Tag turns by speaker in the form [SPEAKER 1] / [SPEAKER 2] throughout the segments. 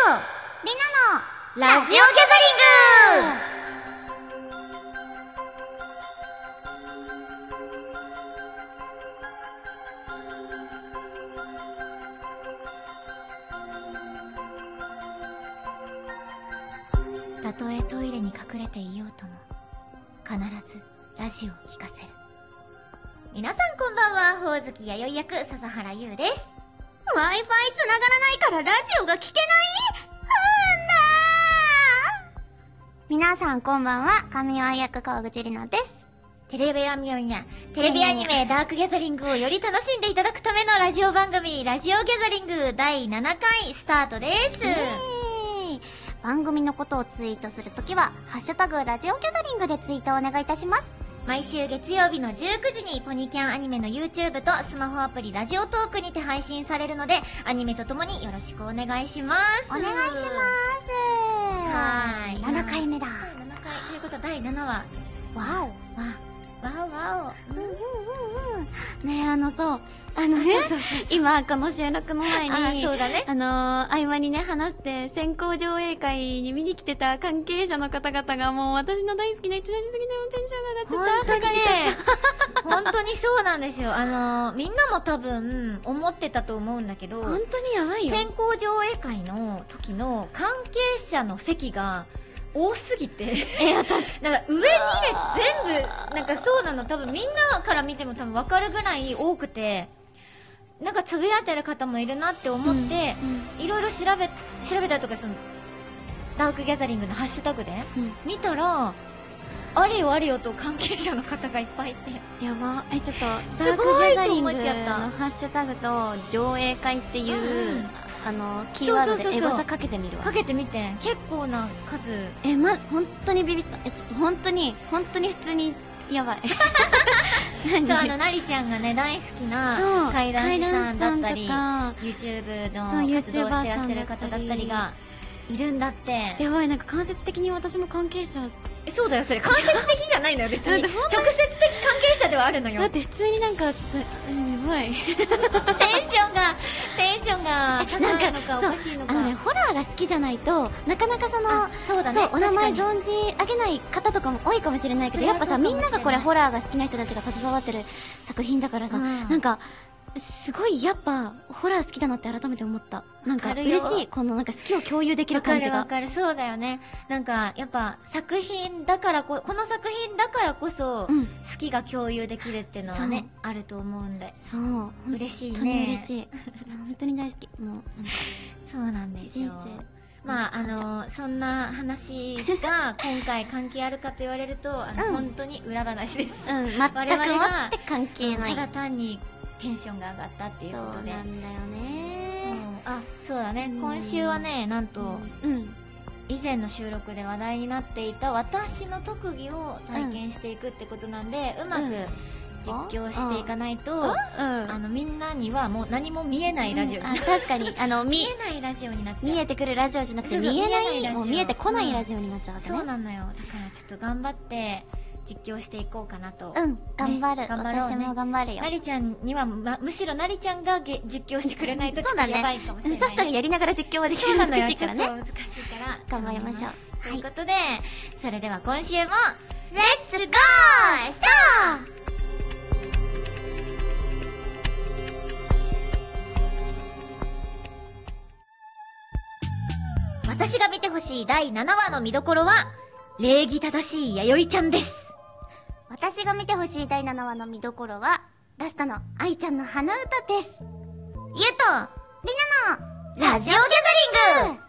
[SPEAKER 1] リナのラジオギャザリングたとえトイレに隠れていようとも必ずラジオを聞かせる皆さんこんばんはほおずき弥生役笹原優です w i f i 繋がらないからラジオが聞けないふんだ皆さんこんばんは神谷役川口里奈ですテレビアニメテレビアニメダークギャザリングをより楽しんでいただくためのラジオ番組ラジオギャザリング第7回スタートです
[SPEAKER 2] イエーイ番組のことをツイートするときは「ハッシュタグラジオギャザリング」でツイートをお願いいたします
[SPEAKER 1] 毎週月曜日の19時にポニキャンアニメの YouTube とスマホアプリラジオトークにて配信されるのでアニメとともによろしくお願いします
[SPEAKER 2] お願いしま
[SPEAKER 1] は
[SPEAKER 2] す
[SPEAKER 1] い
[SPEAKER 2] 7回目だ
[SPEAKER 1] す7回ということで第7話わ
[SPEAKER 2] わお
[SPEAKER 1] おわおわお
[SPEAKER 2] うんうんうんうんねえあのそうあのね
[SPEAKER 1] そうそう
[SPEAKER 2] 今この収録の前に
[SPEAKER 1] あそうだね
[SPEAKER 2] あのー合間にね、話して、先行上映会に見に来てた関係者の方々が、もう私の大好きな一大事すぎて、もうテンションが上がっちゃった。
[SPEAKER 1] 本当にね本当にそうなんですよあのーみんなも多分思ってたと思うんだけど
[SPEAKER 2] 下がっちゃった。本当にやばいよ。
[SPEAKER 1] 先行上映会の時の関係者の席が多すぎて
[SPEAKER 2] え、いや、確か
[SPEAKER 1] なんか上2列全部なんかそうなの多分みんなから見ても多分分かるぐらい多くてなんかつぶやいてる方もいるなって思って、いろいろ調べ調べたりとかそのダークギャザリングのハッシュタグで
[SPEAKER 2] うん
[SPEAKER 1] 見たらあれよあれよと関係者の方がいっぱいいて
[SPEAKER 2] やば。え、ちょっと、ダ
[SPEAKER 1] す
[SPEAKER 2] ーク
[SPEAKER 1] ご
[SPEAKER 2] ギ
[SPEAKER 1] い
[SPEAKER 2] ャザ
[SPEAKER 1] と
[SPEAKER 2] リン
[SPEAKER 1] 思っ
[SPEAKER 2] グの
[SPEAKER 1] ちゃった
[SPEAKER 2] ハッシュタグと、上映会っていうう、
[SPEAKER 1] ん
[SPEAKER 2] あの、キーワード
[SPEAKER 1] そうそ
[SPEAKER 2] で
[SPEAKER 1] うそ
[SPEAKER 2] エ
[SPEAKER 1] うそう
[SPEAKER 2] ゴサかけてみるわ。
[SPEAKER 1] かけてみて結構な数
[SPEAKER 2] え、ま、本当にビビった。え、ちょっと本当に、本当に普通に、や ばい。何
[SPEAKER 1] そうあのなりちゃんがね大好き
[SPEAKER 2] そ
[SPEAKER 1] な
[SPEAKER 2] う
[SPEAKER 1] 怪談師さんだったり
[SPEAKER 2] 怪談師さんとか
[SPEAKER 1] YouTube の
[SPEAKER 2] そう
[SPEAKER 1] 活動をしてらっしゃ
[SPEAKER 2] YouTuber
[SPEAKER 1] る方だった
[SPEAKER 2] さんだった
[SPEAKER 1] り
[SPEAKER 2] り
[SPEAKER 1] がいるんだって
[SPEAKER 2] やばい、なんか間接的に私も関係者
[SPEAKER 1] えそうだよそれ間接的じゃないのよ別に直
[SPEAKER 2] だって
[SPEAKER 1] 接
[SPEAKER 2] 本
[SPEAKER 1] 的関係者ではあるのよ
[SPEAKER 2] だって普通になんかちょっと、うん、やば
[SPEAKER 1] テ
[SPEAKER 2] い。
[SPEAKER 1] ンションがテンションが高いのかお
[SPEAKER 2] そう
[SPEAKER 1] かしいの
[SPEAKER 2] あ
[SPEAKER 1] か
[SPEAKER 2] のね、ホラーが好きじゃないと、なかなかその
[SPEAKER 1] あ、そうだね
[SPEAKER 2] そう、お名前
[SPEAKER 1] 確か
[SPEAKER 2] 存じ上げない方とかも多いかもしれないけ
[SPEAKER 1] そ
[SPEAKER 2] ど、
[SPEAKER 1] れは
[SPEAKER 2] やっぱさ、
[SPEAKER 1] そうか
[SPEAKER 2] み
[SPEAKER 1] もしれ
[SPEAKER 2] ん
[SPEAKER 1] ない
[SPEAKER 2] ながこれホラーが好きな人たちが携わってる作品だからさ、
[SPEAKER 1] うん
[SPEAKER 2] なんか、すごいやっぱ、ホラー好きだなって改めて思った。なんか
[SPEAKER 1] わかるよ
[SPEAKER 2] 嬉しい、このなんか好きを共有できる
[SPEAKER 1] わか
[SPEAKER 2] 感じ
[SPEAKER 1] るわ
[SPEAKER 2] が。
[SPEAKER 1] かるそうだよねなんかやっぱ作品だからここの作品だからこそ、
[SPEAKER 2] うん。
[SPEAKER 1] 好きが共有できるっていうのはね
[SPEAKER 2] そう
[SPEAKER 1] あると思うんで
[SPEAKER 2] そう、本
[SPEAKER 1] 嬉しいね
[SPEAKER 2] 当に嬉しい。いや本当に大好き。もう、なんか
[SPEAKER 1] そうなんですよ
[SPEAKER 2] 人生。
[SPEAKER 1] まああ
[SPEAKER 2] 感謝
[SPEAKER 1] のそんな話が今回関係あるかと言われるとあの、
[SPEAKER 2] うん
[SPEAKER 1] 本当に裏話です
[SPEAKER 2] うん、全く
[SPEAKER 1] 我々
[SPEAKER 2] も
[SPEAKER 1] は
[SPEAKER 2] って関係ない。
[SPEAKER 1] ただ単にテンションが上がったっていうことで
[SPEAKER 2] そうなんだよ
[SPEAKER 1] う
[SPEAKER 2] ね。
[SPEAKER 1] んあそうだね
[SPEAKER 2] うん
[SPEAKER 1] 今週はねなんと
[SPEAKER 2] うん。
[SPEAKER 1] 以前の収録で話題になっていた私の特技を体験していくってことなんで、うまく
[SPEAKER 2] うん
[SPEAKER 1] 実況していかないと、
[SPEAKER 2] うん
[SPEAKER 1] あのみんなにはもう何も見えないラジオに、
[SPEAKER 2] あ確 かにあの
[SPEAKER 1] 見
[SPEAKER 2] 見
[SPEAKER 1] えないラジオになっちゃう
[SPEAKER 2] 見えてくるラジオじゃなくて
[SPEAKER 1] そうそう
[SPEAKER 2] 見え
[SPEAKER 1] 見え
[SPEAKER 2] な
[SPEAKER 1] ない
[SPEAKER 2] い
[SPEAKER 1] ラジオ
[SPEAKER 2] もう見えてこないラジオになっちゃうわけね
[SPEAKER 1] そうなのよだからちょっと頑張って実況していこうかなと、
[SPEAKER 2] うん頑張る
[SPEAKER 1] ね頑張ろうね
[SPEAKER 2] 私も頑張るよ
[SPEAKER 1] なりちゃんには、ま、むしろなりちゃんがげ実況してくれないとちょ
[SPEAKER 2] そ
[SPEAKER 1] っと
[SPEAKER 2] うだね
[SPEAKER 1] やばいかもしれない、
[SPEAKER 2] さっさとやりながら実況はでき
[SPEAKER 1] そう
[SPEAKER 2] る
[SPEAKER 1] な
[SPEAKER 2] の
[SPEAKER 1] のよ
[SPEAKER 2] 難し
[SPEAKER 1] ちょっ
[SPEAKER 2] い
[SPEAKER 1] と
[SPEAKER 2] から
[SPEAKER 1] 難
[SPEAKER 2] ね
[SPEAKER 1] しいから
[SPEAKER 2] 頑張りましょう
[SPEAKER 1] すということで、それでは今週も
[SPEAKER 2] レッツゴース
[SPEAKER 1] 私が見てほしい第7話の見どころは礼儀正しい弥生ちゃんです
[SPEAKER 2] 私が見てほしい第7話の見どころはラストの愛ちゃんの鼻歌です
[SPEAKER 1] ゆうと
[SPEAKER 2] りなの
[SPEAKER 1] ラジオギャザリング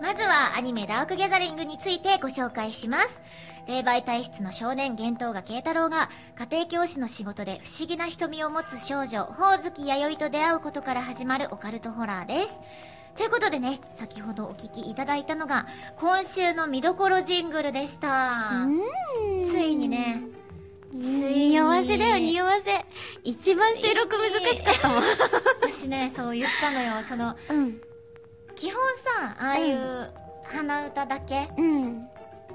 [SPEAKER 1] まずはアニメダークギャザリングについてご紹介します。霊媒体質の少年幻冬が慶太郎が家庭教師の仕事で不思議な瞳を持つ少女、ほおずき弥生と出会うことから始まるオカルトホラーです。ということでね、先ほどお聞きいただいたのが今週の見どころジングルでした。ついにね、ついに
[SPEAKER 2] 匂わせだよ匂わせ一番収録難しかったもん
[SPEAKER 1] 私ね、そう言ったのよ。その、
[SPEAKER 2] うん
[SPEAKER 1] 基本さ、ああいう鼻歌だけ、
[SPEAKER 2] うん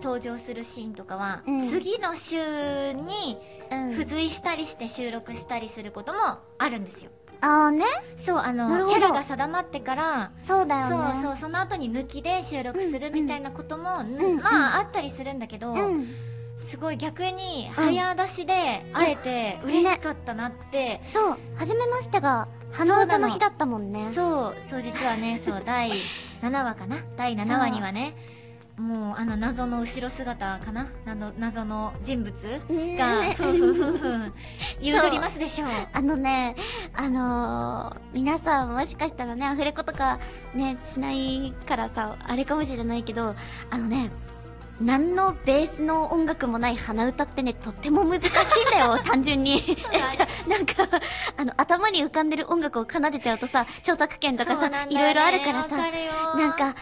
[SPEAKER 1] 登場するシーンとかは、
[SPEAKER 2] うん
[SPEAKER 1] 次の週に
[SPEAKER 2] うん
[SPEAKER 1] 付随したりして収録したりすることもあるんですよ、
[SPEAKER 2] ああね
[SPEAKER 1] そうあ
[SPEAKER 2] なる
[SPEAKER 1] の
[SPEAKER 2] ほ
[SPEAKER 1] キ
[SPEAKER 2] ど
[SPEAKER 1] ャラが定まってから
[SPEAKER 2] そうだよね
[SPEAKER 1] そうそうその後に抜きで収録するみたいなことも、ん
[SPEAKER 2] うん
[SPEAKER 1] まああったりするんだけど、
[SPEAKER 2] うん
[SPEAKER 1] すごい逆に早出しで会えて嬉しかったなって、
[SPEAKER 2] そう初めましてが花歌の日だったもんね
[SPEAKER 1] そうそう実は ねそう第7話かな第7話にはねもうあの謎の後ろ姿かななの謎の人物
[SPEAKER 2] うん
[SPEAKER 1] が「ふんふんふんふん」言うとりますでしょう
[SPEAKER 2] あのね、あのー、皆さんもしかしたらね、アフレコとかね、しないからさ、あれかもしれないけど、あのね、何のベースの音楽もない鼻歌ってね、とっても難しいんだ よ、単純に。え、じゃあ、なんか、あの、頭に浮かんでる音楽を奏でちゃうとさ、著作権とか
[SPEAKER 1] そ
[SPEAKER 2] さ、
[SPEAKER 1] うなんだ
[SPEAKER 2] い
[SPEAKER 1] よ
[SPEAKER 2] ろ
[SPEAKER 1] ね
[SPEAKER 2] いろあるからさ
[SPEAKER 1] わ、るよ
[SPEAKER 2] なんか、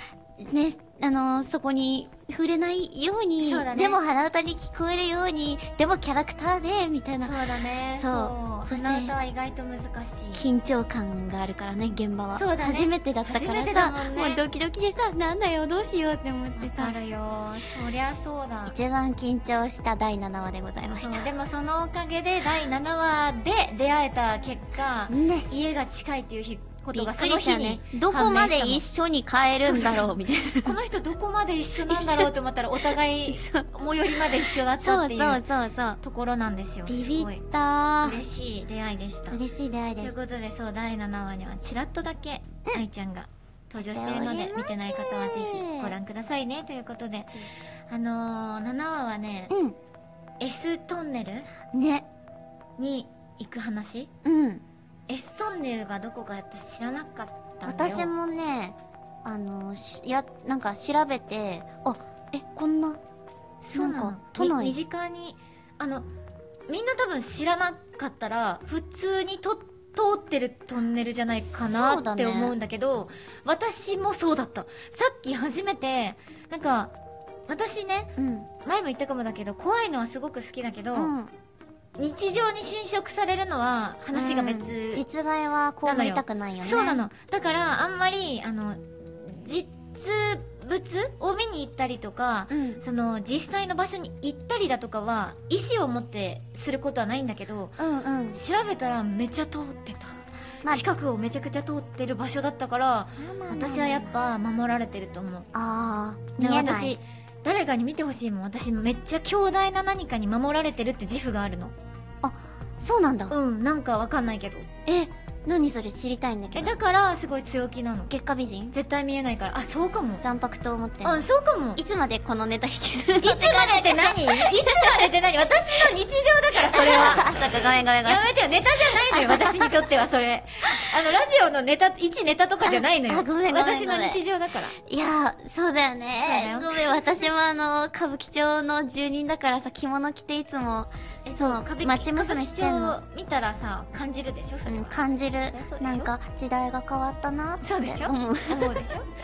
[SPEAKER 2] ね、あのーそこに触れないように、
[SPEAKER 1] そうだね
[SPEAKER 2] でも鼻歌に聞こえるように、でもキャラクターで、みたい
[SPEAKER 1] そう
[SPEAKER 2] な。
[SPEAKER 1] だね
[SPEAKER 2] そう
[SPEAKER 1] そう
[SPEAKER 2] そして
[SPEAKER 1] 鼻歌は意外と難しい
[SPEAKER 2] 緊張感があるからね現場は
[SPEAKER 1] そうだね
[SPEAKER 2] 初めてだったからさ
[SPEAKER 1] 初めてだもんね
[SPEAKER 2] うドキドキでさなんだよどうしようって思って
[SPEAKER 1] わか
[SPEAKER 2] さ
[SPEAKER 1] るよそりゃそうだ
[SPEAKER 2] 一番緊張した第7話でございまし
[SPEAKER 1] そうでもそのおかげで第7話で出会えた結果
[SPEAKER 2] たね
[SPEAKER 1] 家が近いっていうひこと
[SPEAKER 2] び
[SPEAKER 1] が
[SPEAKER 2] っ
[SPEAKER 1] そ
[SPEAKER 2] く
[SPEAKER 1] の
[SPEAKER 2] りし
[SPEAKER 1] 日
[SPEAKER 2] たね
[SPEAKER 1] に
[SPEAKER 2] どこまで
[SPEAKER 1] 判明
[SPEAKER 2] 一
[SPEAKER 1] し
[SPEAKER 2] 緒に帰る
[SPEAKER 1] そう
[SPEAKER 2] んだ
[SPEAKER 1] そう
[SPEAKER 2] ろ
[SPEAKER 1] そう
[SPEAKER 2] みたい
[SPEAKER 1] たもんこの人どこまで一緒なんだろうと思ったらお互い
[SPEAKER 2] な そう
[SPEAKER 1] 最寄りまで一緒だった
[SPEAKER 2] そ
[SPEAKER 1] っ
[SPEAKER 2] う
[SPEAKER 1] てい
[SPEAKER 2] そう
[SPEAKER 1] う
[SPEAKER 2] そうそう
[SPEAKER 1] ところなんですよ
[SPEAKER 2] ビ
[SPEAKER 1] す
[SPEAKER 2] ビ
[SPEAKER 1] ごい
[SPEAKER 2] った
[SPEAKER 1] 嬉しい出会いでした
[SPEAKER 2] 嬉しい出会い
[SPEAKER 1] と
[SPEAKER 2] で
[SPEAKER 1] いう
[SPEAKER 2] す
[SPEAKER 1] ことでそう第7話にはちらっとだけ愛ちゃんが登場しているの
[SPEAKER 2] や
[SPEAKER 1] で
[SPEAKER 2] っております
[SPEAKER 1] 見てない方はぜひご覧くださいねということであのー、7話はね
[SPEAKER 2] う
[SPEAKER 1] S トンネル
[SPEAKER 2] んね
[SPEAKER 1] に行く話
[SPEAKER 2] うん
[SPEAKER 1] S トンネルがどこか私知らなかったんだよ
[SPEAKER 2] 私もねあのしやなんか調べてあえこんな
[SPEAKER 1] そうな
[SPEAKER 2] な
[SPEAKER 1] の
[SPEAKER 2] んか都内
[SPEAKER 1] み身近にあのみんな多分知らなかったら普通にと通ってるトンネルじゃないかな
[SPEAKER 2] そうだ
[SPEAKER 1] っ
[SPEAKER 2] ね
[SPEAKER 1] て思うんだけど私もそうだったさっき初めてなんか私ね
[SPEAKER 2] うん
[SPEAKER 1] 前も言ったかもだけど怖いのはすごく好きだけど、
[SPEAKER 2] うん
[SPEAKER 1] 日常に侵食されるのは話が別、
[SPEAKER 2] うん実害はこうなりたくないよね
[SPEAKER 1] そうなのだからあんまりあの実物を見に行ったりとか
[SPEAKER 2] うん
[SPEAKER 1] その実際の場所に行ったりだとかは意思を持ってすることはないんだけど
[SPEAKER 2] うんうん
[SPEAKER 1] 調べたらめっちゃ通ってた、
[SPEAKER 2] まあ
[SPEAKER 1] 近くをめちゃくちゃ通ってる場所だったから私はやっぱ守られてると思う
[SPEAKER 2] ああ
[SPEAKER 1] ね
[SPEAKER 2] 見えない
[SPEAKER 1] 私誰かに見てほしいもん私めっちゃ強大な何かに守られてるって自負があるの
[SPEAKER 2] そうなんだ
[SPEAKER 1] うんなんかわかんないけど
[SPEAKER 2] え何それ知りたいんだけ
[SPEAKER 1] え
[SPEAKER 2] ど
[SPEAKER 1] だからすごい強気なの
[SPEAKER 2] 月下美人
[SPEAKER 1] 絶対見えないからあそうかも
[SPEAKER 2] 残白と思って
[SPEAKER 1] うんそうかも
[SPEAKER 2] いつまでこのネタ引きするの
[SPEAKER 1] いつまでって何いつまでって何私の日常だからそれは
[SPEAKER 2] あそっかごめんごめんごめん
[SPEAKER 1] やめてよ、ネタじゃ ないのよ、私にとってはそれ。あの、ラジオのネタ、一ネタとかじゃないのよ。
[SPEAKER 2] ああごめんごめんごめん
[SPEAKER 1] 私の日常だから。
[SPEAKER 2] いやーそうだよね
[SPEAKER 1] そうだよ
[SPEAKER 2] ごめん私もあの歌舞伎町の住人だからさ着物着ていつもそう
[SPEAKER 1] 歌舞伎
[SPEAKER 2] 町娘してんの
[SPEAKER 1] 歌舞伎町を見たらさ、感じるでしょ、それ
[SPEAKER 2] う
[SPEAKER 1] は
[SPEAKER 2] ん。感じ
[SPEAKER 1] そ
[SPEAKER 2] る
[SPEAKER 1] りゃそうでしょ
[SPEAKER 2] なんか時代が変わったなって
[SPEAKER 1] そうでしょ
[SPEAKER 2] 思う
[SPEAKER 1] 思うでしょ